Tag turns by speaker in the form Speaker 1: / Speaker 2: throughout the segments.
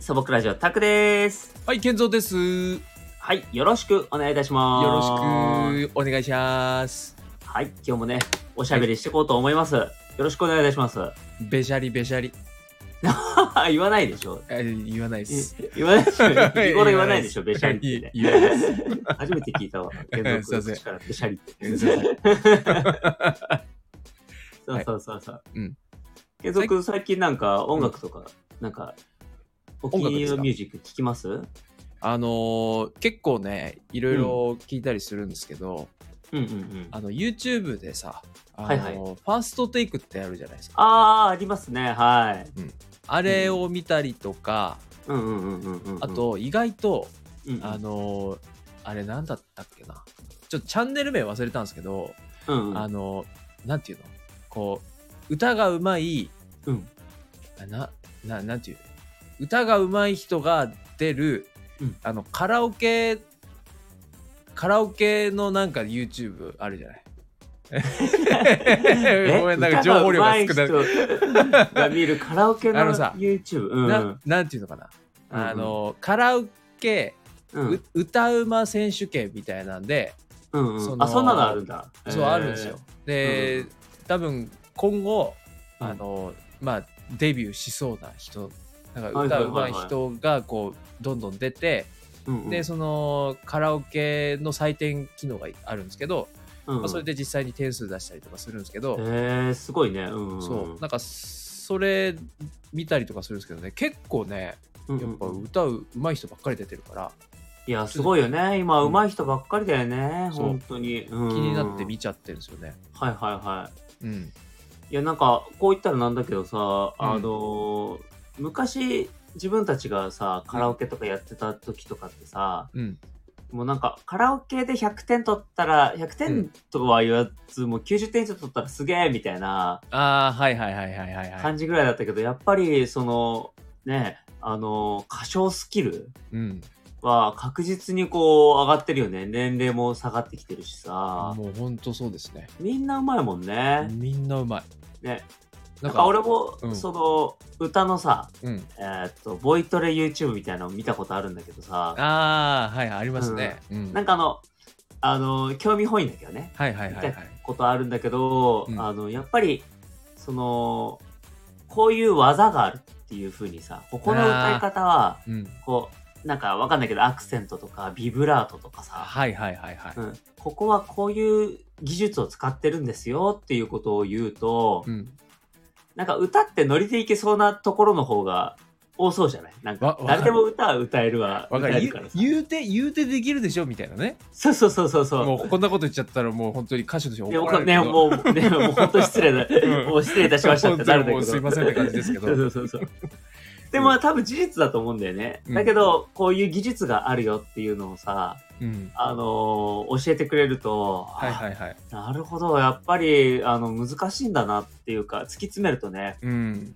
Speaker 1: 素朴ラジオタクです。
Speaker 2: はい、健三です。よ
Speaker 1: はい、よろしくお願いいたします。
Speaker 2: ろしくお願いします。
Speaker 1: く。はい、今日もね、おしゃべりしていこうと思います。よろしくお願いいたします。
Speaker 2: べしゃりべしゃり。
Speaker 1: 言わないでしょ。
Speaker 2: え言わないっす。
Speaker 1: い言わないでし ょ。日頃言わないでしょ、べしゃりって、ね。
Speaker 2: 言わないっす。
Speaker 1: 初めて聞い たわ。原
Speaker 2: すい
Speaker 1: 作
Speaker 2: ません
Speaker 1: の口からべしゃりって。
Speaker 2: 言わないっす
Speaker 1: そうそうそうそう。
Speaker 2: うん。
Speaker 1: 継続最近なんか音楽とか、なんか、お気に入りのミュージック聞きますうん
Speaker 2: あのー結構ね、いろいろ聞いたりするんですけど、
Speaker 1: うんうん。あ
Speaker 2: あの YouTube でさ、あの
Speaker 1: は
Speaker 2: ー
Speaker 1: いはい
Speaker 2: ファーストテイクってあるじゃないですか。
Speaker 1: あー、ありますね。はい。
Speaker 2: あれを見たりとか、
Speaker 1: うんうんうんうんうんうん。
Speaker 2: あ、と意外と、
Speaker 1: うんうん、
Speaker 2: あのーあれなんだったっけな。ちょっとチャンネル名忘れたんですけど、
Speaker 1: うんうん、
Speaker 2: あの、なんていうのこう、歌がうまい、
Speaker 1: うん
Speaker 2: あな、な、なんていう歌がうまい人が出る、
Speaker 1: うん
Speaker 2: あの、カラオケ、カラオケのなんか YouTube あ るじゃない ごめん、なんか情報量が少ない。
Speaker 1: ない。が見るカラオケの
Speaker 2: あのさ
Speaker 1: YouTube。うん
Speaker 2: ななんていうのかな、あ、の、カラオケ、
Speaker 1: うん
Speaker 2: う
Speaker 1: うん
Speaker 2: 歌うま選手権みたいなんで、
Speaker 1: うんう
Speaker 2: そ
Speaker 1: ん、
Speaker 2: の
Speaker 1: あ、そんなのあるんだ。
Speaker 2: そうあるんですよ。で、
Speaker 1: うん
Speaker 2: 多分今後
Speaker 1: うん
Speaker 2: あの、まあデビューしそうな人なんか
Speaker 1: はいは
Speaker 2: 歌
Speaker 1: いは
Speaker 2: うま
Speaker 1: いはい
Speaker 2: い人がこうどんどん出て、
Speaker 1: えー。うんうん
Speaker 2: でそのカラオケの採点機能があるんですけど、
Speaker 1: うん
Speaker 2: まあ、それで実際に点数出したりとかするんですけど、
Speaker 1: えー、すごいね。うんん、
Speaker 2: そうなんかそれ見たりとかするんですけどね結構ね
Speaker 1: うん
Speaker 2: やっぱ
Speaker 1: うんうん
Speaker 2: 歌うまい人ばっかり出てるから、
Speaker 1: いや、すごいよね。今、上手い人ばっかりだよね。
Speaker 2: そう
Speaker 1: 本当に。気
Speaker 2: 気になって見
Speaker 1: み
Speaker 2: ちゃってるんですよね。
Speaker 1: はいはいはい。
Speaker 2: うん、
Speaker 1: いやなんかこう言ったらなんだけどさ、あのー昔自分たちがさカラオケとかやってた時とかってさ、
Speaker 2: うん、
Speaker 1: もうなんかカラオケで100点取ったら100
Speaker 2: う
Speaker 1: 点
Speaker 2: ん
Speaker 1: とは言わず、もう90点以上取ったらすげえみたいな
Speaker 2: ああはいはいはいはいはいはい。
Speaker 1: 感じぐらいだったけど、やっぱりそのねあのー歌唱スキル
Speaker 2: うん
Speaker 1: は確実にこう上がってるよね年齢も下がってきてるしさ
Speaker 2: もうほんとそうですね。
Speaker 1: みんなうまいもんね。
Speaker 2: みんなうまい。
Speaker 1: ねなんか俺も、
Speaker 2: うん
Speaker 1: その歌のさ
Speaker 2: うん、
Speaker 1: えーっと、ボイトレ YouTube みたいなの見たことあるんだけどさ、
Speaker 2: ああ、はい、ありますね。うん
Speaker 1: なんかあの、あの、興味本位だけどね、
Speaker 2: はいはいはいは
Speaker 1: 見
Speaker 2: い
Speaker 1: た。ことあるんだけど、
Speaker 2: うん
Speaker 1: あの、やっぱり、その、こういう技があるっていう風にさ、ここの歌い方は、
Speaker 2: うん、
Speaker 1: こう、なんかわかんないけど、アクセントとか、ビブラートとかさ、
Speaker 2: はいはいはいはい。
Speaker 1: うん、ここはこういう技術を使ってるんですよっていうことを言うと、
Speaker 2: うん、
Speaker 1: なんか歌ってノリでいけそうなところの方が多そうじゃないなん
Speaker 2: わ
Speaker 1: か
Speaker 2: わかる
Speaker 1: 誰でも歌は歌えるわ。
Speaker 2: わ
Speaker 1: 歌
Speaker 2: かる
Speaker 1: え
Speaker 2: 言
Speaker 1: から
Speaker 2: う
Speaker 1: さ
Speaker 2: 言うて言うてできるでしょみたいなね
Speaker 1: そうそうそうそうそう。
Speaker 2: もうこんなこと言っちゃったらもう本当に歌手として怒
Speaker 1: でも
Speaker 2: られるけ
Speaker 1: ね、
Speaker 2: ど
Speaker 1: もう、ね、もう本当に失礼だ、
Speaker 2: うん
Speaker 1: もう失礼いたしましたってなるんだけ
Speaker 2: も
Speaker 1: ど。
Speaker 2: うすいませんって感じですけど
Speaker 1: そうそうそうそう。でもまあ多分事実だと思うんだよね。
Speaker 2: うん
Speaker 1: だけど、こういう技術があるよっていうのをさ、
Speaker 2: うん、
Speaker 1: あのー教えてくれると、
Speaker 2: はいはいはい
Speaker 1: あなるほど、やっぱり、あの、難しいんだなっていうか、突き詰めるとね、
Speaker 2: うん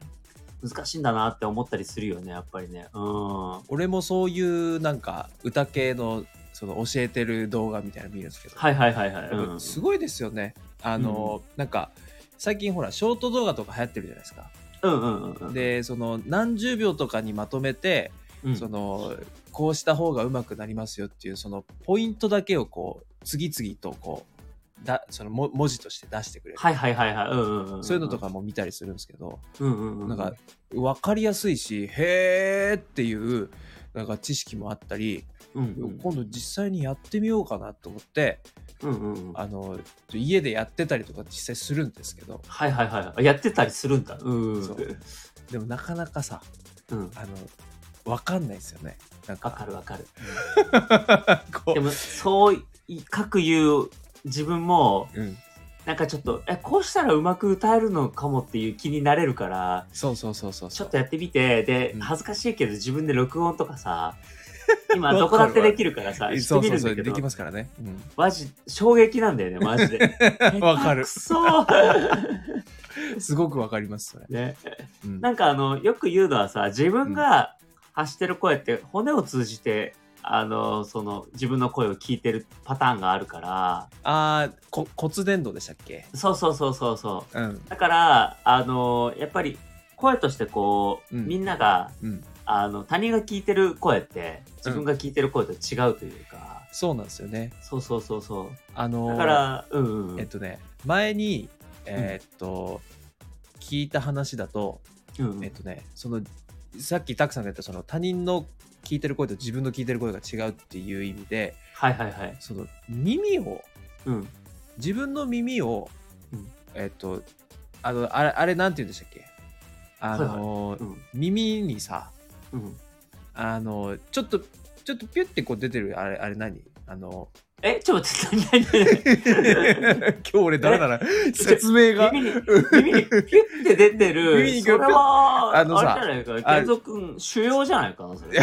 Speaker 1: 難しいんだなって思ったりするよね、やっぱりね。うん。
Speaker 2: 俺もそういうなんか歌系のその教えてる動画みたいなの見るんですけど、
Speaker 1: はいはいはいはい。
Speaker 2: やっ
Speaker 1: うん
Speaker 2: ぱ、すごいですよねあの、なんか最近ほらショート動画とか流行ってるじゃないですか
Speaker 1: うんうんうんうん。
Speaker 2: でその何十秒とかにまとめて、
Speaker 1: うん、
Speaker 2: そのこうした方がうまくなりますよっていうそのポイントだけをこう次々とこうだそのも文字として出してくれる、
Speaker 1: はいはいはいはい。うんうんうんうん。
Speaker 2: そういうのとかも見たりするんですけど、
Speaker 1: うんうんうん。
Speaker 2: なんか分かりやすいし「へーっていうなんか知識もあったり、
Speaker 1: うんうん、
Speaker 2: 今度実際にやってみようかなと思って
Speaker 1: うんうんうん。
Speaker 2: あの家でやってたりとか実際するんですけど
Speaker 1: はいはいはいはい。やってたりするんだ。うん。
Speaker 2: そう
Speaker 1: う
Speaker 2: でもなかなかさ
Speaker 1: ん。
Speaker 2: あの分かんないですよね。なん
Speaker 1: わ
Speaker 2: か
Speaker 1: かるわかる。
Speaker 2: こ
Speaker 1: で
Speaker 2: う
Speaker 1: も、そうい、かく言う自分も、
Speaker 2: うん、
Speaker 1: なんかちょっと、え、こうしたらうまく歌えるのかもっていう気になれるから、
Speaker 2: そうそうそうそう
Speaker 1: ち
Speaker 2: そ
Speaker 1: ょ
Speaker 2: う
Speaker 1: っとやってみて、で
Speaker 2: う、ん
Speaker 1: 恥ずかしいけど自分で録音とか さ、今
Speaker 2: わかる
Speaker 1: どこだってできるからさ、して
Speaker 2: そう
Speaker 1: み
Speaker 2: そ
Speaker 1: る
Speaker 2: うんそ
Speaker 1: だ
Speaker 2: う
Speaker 1: け
Speaker 2: でき
Speaker 1: ど、
Speaker 2: ますからね、
Speaker 1: マジ、衝撃なんだよね、マジで。
Speaker 2: うん、 わかる
Speaker 1: くそ
Speaker 2: すごくわかりますそれ、
Speaker 1: ね。
Speaker 2: うん
Speaker 1: なんかあの、よく言うのはさ、自分が発してる声って骨を通じて、あの、その自分の声を聞いてるパターンがあるから、
Speaker 2: あーこ骨伝導でしたっけ
Speaker 1: そうそうそうそうそ
Speaker 2: うん
Speaker 1: う。だから、あの、やっぱり声としてこう、
Speaker 2: うん
Speaker 1: みんなが、
Speaker 2: うん
Speaker 1: あの他人が聞いてる声って自分が聞いてる声と違うというか、
Speaker 2: そうなんですよね。
Speaker 1: そうそうそうそ
Speaker 2: あ
Speaker 1: う
Speaker 2: のー
Speaker 1: だからうんうんうん
Speaker 2: えっとね、前に、えーっと、聞いた話だと、
Speaker 1: うんうん
Speaker 2: えっとね、その、さっきたくさんが言った、その他人の聞いてる声と自分の聞いてる声が違うっていう意味で、
Speaker 1: はいはいはい
Speaker 2: その耳を、
Speaker 1: うん
Speaker 2: 自分の耳を、
Speaker 1: うん
Speaker 2: えっと、あの、あれ、あれなんて言うんでしたっけあのー、
Speaker 1: うん
Speaker 2: 耳にさ、
Speaker 1: うん
Speaker 2: あのー、ちょっと、ちょっとピュってこう出てる、あれ、あれ何あ の
Speaker 1: えちょっと待って何何
Speaker 2: ー、今日俺だらだら説明が
Speaker 1: 何。耳に耳にピュッて出てる
Speaker 2: 耳にピュッ
Speaker 1: それはあ
Speaker 2: あのさ
Speaker 1: れじゃないか
Speaker 2: あ
Speaker 1: 健三君腫瘍じゃないかなそれ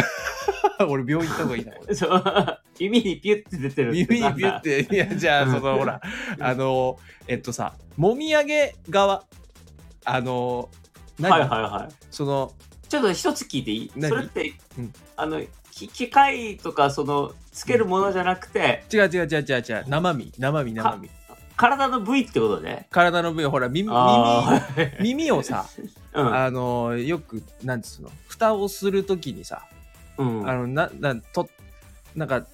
Speaker 2: 俺病院行った方がいいな、これ。
Speaker 1: そう耳にピュッて出てる
Speaker 2: 耳にビュっ
Speaker 1: って
Speaker 2: て、いや、じゃあ、その、ほら、あの、えっとさ、もみあげ側、あの、
Speaker 1: なん
Speaker 2: 何、
Speaker 1: だはいはいはい
Speaker 2: その、
Speaker 1: ちょっと一つ聞いていい
Speaker 2: 何
Speaker 1: それって、
Speaker 2: うん
Speaker 1: あのき機械とかそのつけるものじゃなくて、
Speaker 2: 違う違う違う違う違う、生身、生身、生身。
Speaker 1: 体の部位ってことね。
Speaker 2: 体の部位、ほら、耳、耳、
Speaker 1: あー
Speaker 2: 耳をさ、
Speaker 1: うん
Speaker 2: あの、よく、なんつうの、蓋をするときにさ、
Speaker 1: うん
Speaker 2: あの、な、な、と、なんか、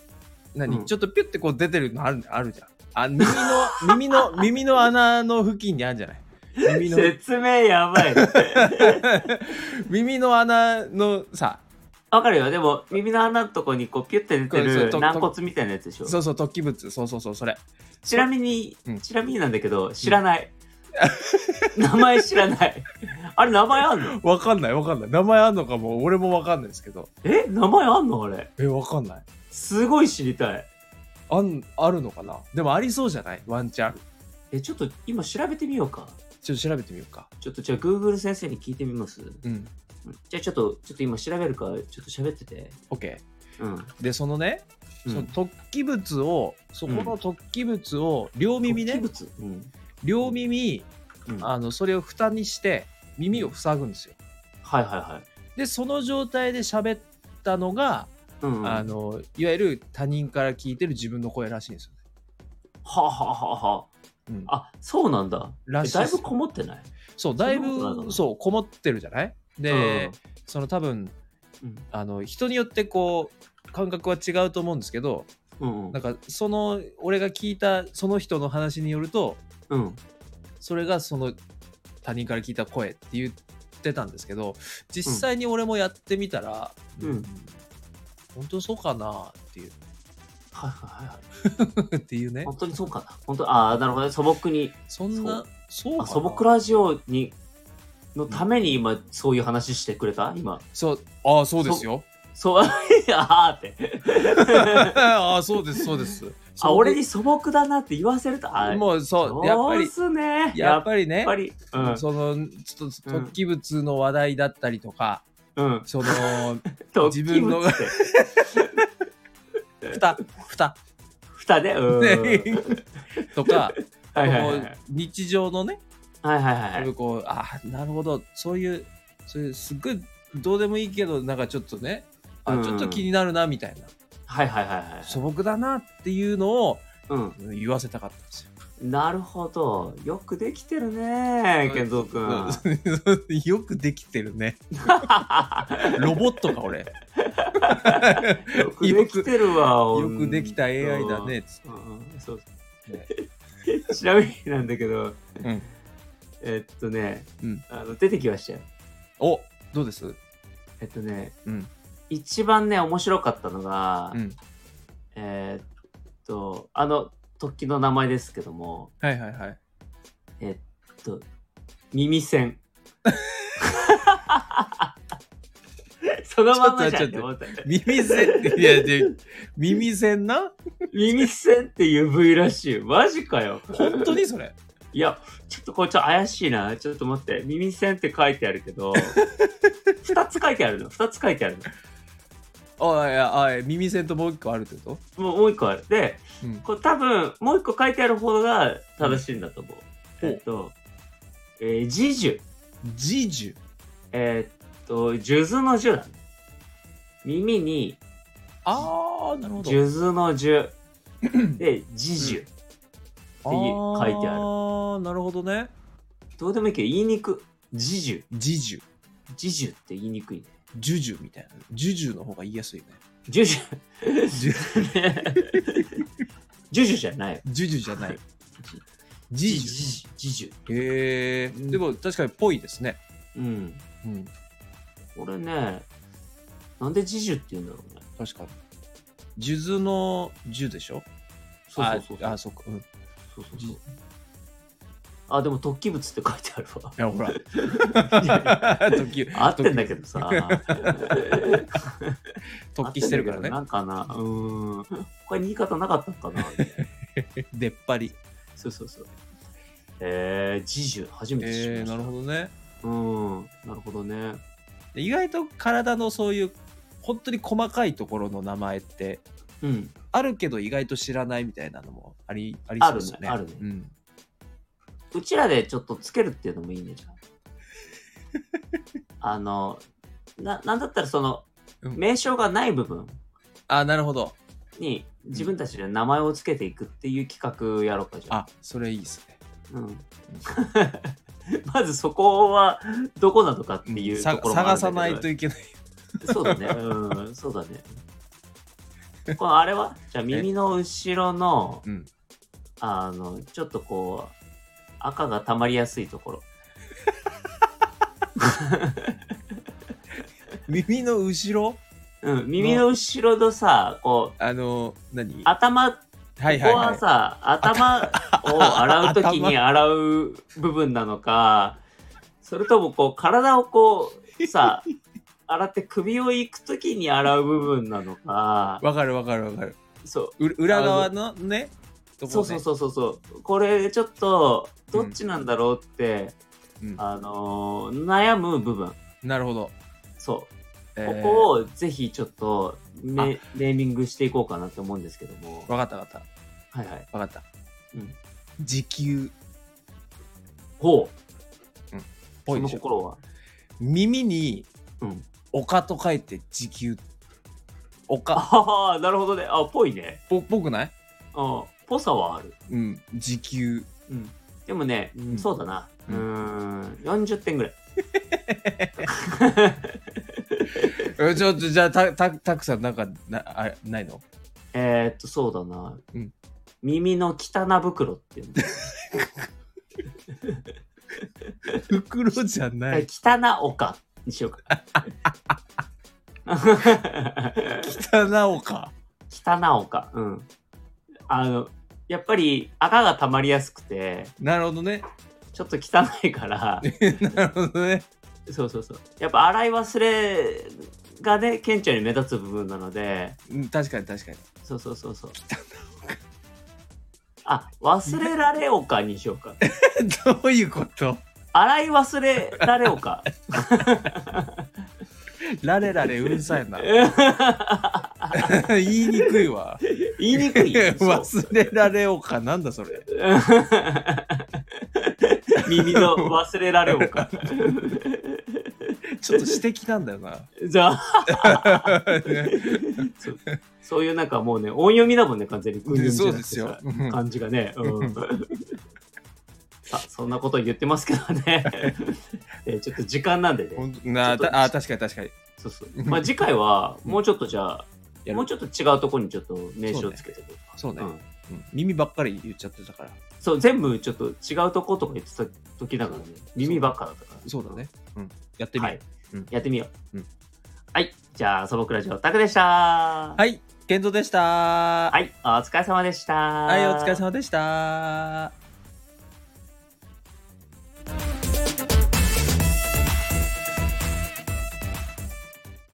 Speaker 2: 何、
Speaker 1: うん
Speaker 2: ちょっとピュってこう出てるのある、あるじゃん。あ、耳の、 耳の、耳の穴の付近にあるんじゃない 耳の。
Speaker 1: 説明やばいね。
Speaker 2: 耳の穴のさ
Speaker 1: わかるよ。でも耳の穴のとこにこうピュッて出て
Speaker 2: そうそう
Speaker 1: る
Speaker 2: と
Speaker 1: 軟骨みたいなやつでしょ。
Speaker 2: そうそう突起物そうそうそうそれ
Speaker 1: ちなみに、
Speaker 2: うん
Speaker 1: ちなみになんだけど、知らない。名前知らない。あれ名前あんの
Speaker 2: わかんないわかんない名前あんのかも俺もわかんないですけど
Speaker 1: え名前あんのあれ。
Speaker 2: えわかんない
Speaker 1: すごい知りたい。
Speaker 2: あんあるのかなでもありそうじゃないワンチャン
Speaker 1: え、ちょっと今調べてみようか。
Speaker 2: ちょっと調べてみようか
Speaker 1: ちょっとじゃあ Google 先生に聞いてみます。
Speaker 2: うん
Speaker 1: じゃあちょっと、ちょっと今調べるから、ちょっと喋ってて。
Speaker 2: OK
Speaker 1: うん。
Speaker 2: でそのね、
Speaker 1: うん
Speaker 2: その突起物をそこの突起物を両耳ね、
Speaker 1: 突起物。うん。
Speaker 2: 両耳
Speaker 1: うん、はい
Speaker 2: あのそれを蓋にして耳を塞ぐんですよ
Speaker 1: はいはい。
Speaker 2: でその状態で喋ったのが、
Speaker 1: うんうん。
Speaker 2: あのいわゆる他人から聞いてる自分の声らしいんですよね、
Speaker 1: はあはあはあは
Speaker 2: うん
Speaker 1: あ。あ、そうなんだ。
Speaker 2: ら
Speaker 1: え
Speaker 2: しい
Speaker 1: だ
Speaker 2: で
Speaker 1: い
Speaker 2: す
Speaker 1: ぶこもってない。
Speaker 2: そうだい
Speaker 1: そんなことない
Speaker 2: ぶ
Speaker 1: の
Speaker 2: そうこもってるじゃないで、その多分
Speaker 1: うん、
Speaker 2: あの人によってこう感覚は違うと思うんですけど
Speaker 1: うん、うん
Speaker 2: なんかその俺が聞いたその人の話によると
Speaker 1: うん。
Speaker 2: それがその他人から聞いた声って言ってたんですけど実際に俺もやってみたら、
Speaker 1: うん
Speaker 2: 本当そうかなっていう
Speaker 1: はいはいはい。
Speaker 2: っていうね
Speaker 1: 本当にそうかな。本当、ああ、なるほどね。素朴に。
Speaker 2: そんなそう
Speaker 1: あ、
Speaker 2: か
Speaker 1: 素
Speaker 2: な
Speaker 1: 朴ラジオに、のために今、そういう話してくれた今。
Speaker 2: そうああそうですよ
Speaker 1: そう、あ あって。
Speaker 2: ああそうですそうです
Speaker 1: あ、俺に素朴だなって言わせると、あ
Speaker 2: もうそうやっぱ
Speaker 1: そう
Speaker 2: り
Speaker 1: っすね。
Speaker 2: やっぱりね
Speaker 1: やっぱり。うん。
Speaker 2: そのちょっと突起物の話題だったりとか、
Speaker 1: うん。
Speaker 2: その
Speaker 1: と
Speaker 2: 自分の
Speaker 1: キムチって
Speaker 2: 蓋蓋
Speaker 1: 蓋で、うん。はい
Speaker 2: ねとか
Speaker 1: はいはい
Speaker 2: こう日常のね、
Speaker 1: はいはいはい。
Speaker 2: こうあーなるほどそういうそういうすっごいどうでもいいけどなんかちょっとねあ
Speaker 1: うん
Speaker 2: ちょっと気になるなみたいな、
Speaker 1: はいはいはいはい。
Speaker 2: 素朴だなっていうのを
Speaker 1: うん。
Speaker 2: 言わせたかったんですよ。
Speaker 1: なるほど。よくできてるね、健三君。
Speaker 2: うん よくできてる ね。ロボットか俺。
Speaker 1: よくできてるわ。
Speaker 2: よくできた AI だね。つっ
Speaker 1: うん。うんうんそう
Speaker 2: てね。
Speaker 1: ちなみになんだけど、
Speaker 2: うん
Speaker 1: えっとね、
Speaker 2: うん
Speaker 1: あの出てきましたよ。
Speaker 2: おどうです
Speaker 1: えっとね、
Speaker 2: うん
Speaker 1: 一番ね、面白かったのが、
Speaker 2: うん。
Speaker 1: えっと、あの、突起の名前ですけども、
Speaker 2: はいはいはい。
Speaker 1: えっと、耳 栓。そのまんまじゃんって思った。
Speaker 2: 耳栓って、いや、で、耳栓な
Speaker 1: 耳栓っていう部位らしい。マジかよ。
Speaker 2: 本当にそれ。
Speaker 1: いや、ちょっとこれちょっと怪しいな。ちょっと待って。耳栓って書いてあるけ ど、二つ書いてあるの。二つ書いてある
Speaker 2: あいや、あいや耳栓ともう一個あるってこと
Speaker 1: の。もうもう一個ある。で、
Speaker 2: うん
Speaker 1: これ多分、もう一個書いてある方が正しいんだと思う。
Speaker 2: うん
Speaker 1: えっと、えー、自樹。
Speaker 2: ジジュ。
Speaker 1: えーっと、数珠の樹だね。耳に、
Speaker 2: あー、なるほど。
Speaker 1: 数珠の 樹。で、自樹。書いてある
Speaker 2: あー、なるほどね。
Speaker 1: どうでもいいけど、言いにく。自樹。
Speaker 2: ジジュ。
Speaker 1: 自樹って言いにくいね。
Speaker 2: ジュジュみたいな。ジュジュの方が言いやすいね。
Speaker 1: ジュ ジ
Speaker 2: ジュ
Speaker 1: ュ。ジュジュじゃないよ。
Speaker 2: ジュジュじゃない。ジジュ。
Speaker 1: ュ。ジジュ。
Speaker 2: へえ、
Speaker 1: うん
Speaker 2: でも確かにぽいですね。
Speaker 1: うん。
Speaker 2: うん、
Speaker 1: これね、なんでジジュって言うんだろうね。
Speaker 2: 確かに。数珠の数でしょ
Speaker 1: そうそうそう。
Speaker 2: ああ、そうか。うん、い
Speaker 1: そうそうそう。あ、でも突起物って書いてある わ。
Speaker 2: や、ほら。 突起、
Speaker 1: 合ってんだけどさ。
Speaker 2: 突起してるから
Speaker 1: 合。って
Speaker 2: ね
Speaker 1: んだけどなんかな。うーん。他に言い方なかったのか な。
Speaker 2: 出っ張り。
Speaker 1: そうそうそう。えー、ジジュ、初めて知りま
Speaker 2: えー、
Speaker 1: した。
Speaker 2: なるほどね。
Speaker 1: うん、なるほどね。
Speaker 2: で意外と体のそういう、本当に細かいところの名前って、
Speaker 1: うん。
Speaker 2: あるけど意外と知らないみたいなのもあり、あり
Speaker 1: あ
Speaker 2: そう
Speaker 1: る
Speaker 2: です
Speaker 1: ね
Speaker 2: よね。
Speaker 1: あるね
Speaker 2: うん。
Speaker 1: うちらでちょっとつけるっていうのもい いねじゃん。あの、な、なんだったらその、
Speaker 2: うん
Speaker 1: 名称がない部分
Speaker 2: あ、なるほど。
Speaker 1: に自分たちで名前をつけていくっていう企画やろうかじゃん。
Speaker 2: あ、それいいですね。
Speaker 1: うん、 まずそこはどこなのかっていうと
Speaker 2: さ
Speaker 1: ころもある
Speaker 2: 探
Speaker 1: んだけど
Speaker 2: さないといけない。
Speaker 1: そうだね。うん、そうだね。このあれはじゃあ耳の後ろの、
Speaker 2: うん
Speaker 1: あの、ちょっとこう、赤が溜まりやすいところ。
Speaker 2: 耳の後ろ
Speaker 1: うん、耳の後ろのさ、こう、
Speaker 2: あの、何
Speaker 1: 頭、こ
Speaker 2: はい
Speaker 1: こ
Speaker 2: はい
Speaker 1: は
Speaker 2: は
Speaker 1: さ、頭を洗うときに洗う部分なのか、それともこう、体をこう、さ、洗って首をいくときに洗う部分なのか
Speaker 2: い。、わかるわかるわかる。
Speaker 1: そう、
Speaker 2: う裏側のね、とこ
Speaker 1: そ
Speaker 2: ろ
Speaker 1: う
Speaker 2: ね
Speaker 1: そうそうそうそうこれちょっとどっちなんだろうって、
Speaker 2: うん
Speaker 1: あのー悩む部分
Speaker 2: なるほど。
Speaker 1: そう
Speaker 2: え
Speaker 1: こ
Speaker 2: ー
Speaker 1: こをぜひちょっとねネーミングしていこうかなって思うんですけども
Speaker 2: わかったわかっ
Speaker 1: はいはい
Speaker 2: たわかった。
Speaker 1: うん
Speaker 2: 時給っ
Speaker 1: ほう
Speaker 2: ぽ
Speaker 1: そ
Speaker 2: いで
Speaker 1: の
Speaker 2: しょ。
Speaker 1: 心は
Speaker 2: 耳に
Speaker 1: うん、
Speaker 2: 丘と書いて時給。丘。
Speaker 1: ああなるほどねあぽいね
Speaker 2: ぽ、ぽくない
Speaker 1: うんぽさはある、
Speaker 2: うん。時給。
Speaker 1: うん、でもね、
Speaker 2: うん
Speaker 1: そうだなう
Speaker 2: うん
Speaker 1: ーん40点ぐらい
Speaker 2: え、ちょっと、じゃあ、た、た、たくさんなんか、な、あれ、ないの
Speaker 1: えー、っとそうだな、
Speaker 2: うん
Speaker 1: 耳の汚袋っていうの
Speaker 2: 袋じゃな。
Speaker 1: 汚岡にしようか。
Speaker 2: 汚岡。
Speaker 1: 汚岡。うん。あの、やっぱり赤が溜まりやすくて、
Speaker 2: なるほどね。
Speaker 1: ちょっと汚い から、
Speaker 2: なるほどね。
Speaker 1: そうそうそう。やっぱ洗い忘れがね、顕著に目立つ部分なので、
Speaker 2: うん確かに確かに。
Speaker 1: そうそうそうそう。あ、忘れられ岡にしようか。
Speaker 2: どういうこと
Speaker 1: 洗い忘れられ 岡。
Speaker 2: ラレラレうるさいな。 言いにくいわ。
Speaker 1: 言いにくいよ。そう
Speaker 2: 忘れられようか。なんだそれ。
Speaker 1: 耳の忘れられようか。
Speaker 2: ちょっと私的なんだよ な。
Speaker 1: じゃあ、そうそういうなんかもうね、音読みだもんね、完全に。訓読みじゃ
Speaker 2: そ
Speaker 1: な
Speaker 2: う
Speaker 1: く
Speaker 2: で
Speaker 1: て
Speaker 2: す
Speaker 1: さ。
Speaker 2: ようん
Speaker 1: 感じがね。 うん、さそんなこと言ってますけど ね。えーちょっと時間なんで
Speaker 2: ほ
Speaker 1: ね。
Speaker 2: んとなあ、たあ確かに確かに。
Speaker 1: そうそうまあ、次回は、もうちょっとじゃあ、
Speaker 2: やる
Speaker 1: もうちょっと違うところにちょっと名刺をつけていこうか
Speaker 2: そうね
Speaker 1: ん
Speaker 2: うん耳ばっかり言っちゃってたから。
Speaker 1: そう、全部ちょっと違うとことか言ってた時だからね、耳ばっかだったから。
Speaker 2: そうだね。うん。やってみ
Speaker 1: は
Speaker 2: る
Speaker 1: い。
Speaker 2: うん
Speaker 1: やってみよう。
Speaker 2: うん
Speaker 1: はい。じゃあ、素朴ラジオ、タクでした。
Speaker 2: はい。健三でした。
Speaker 1: はい。お疲れ様でした。
Speaker 2: はい、お疲れ様でした。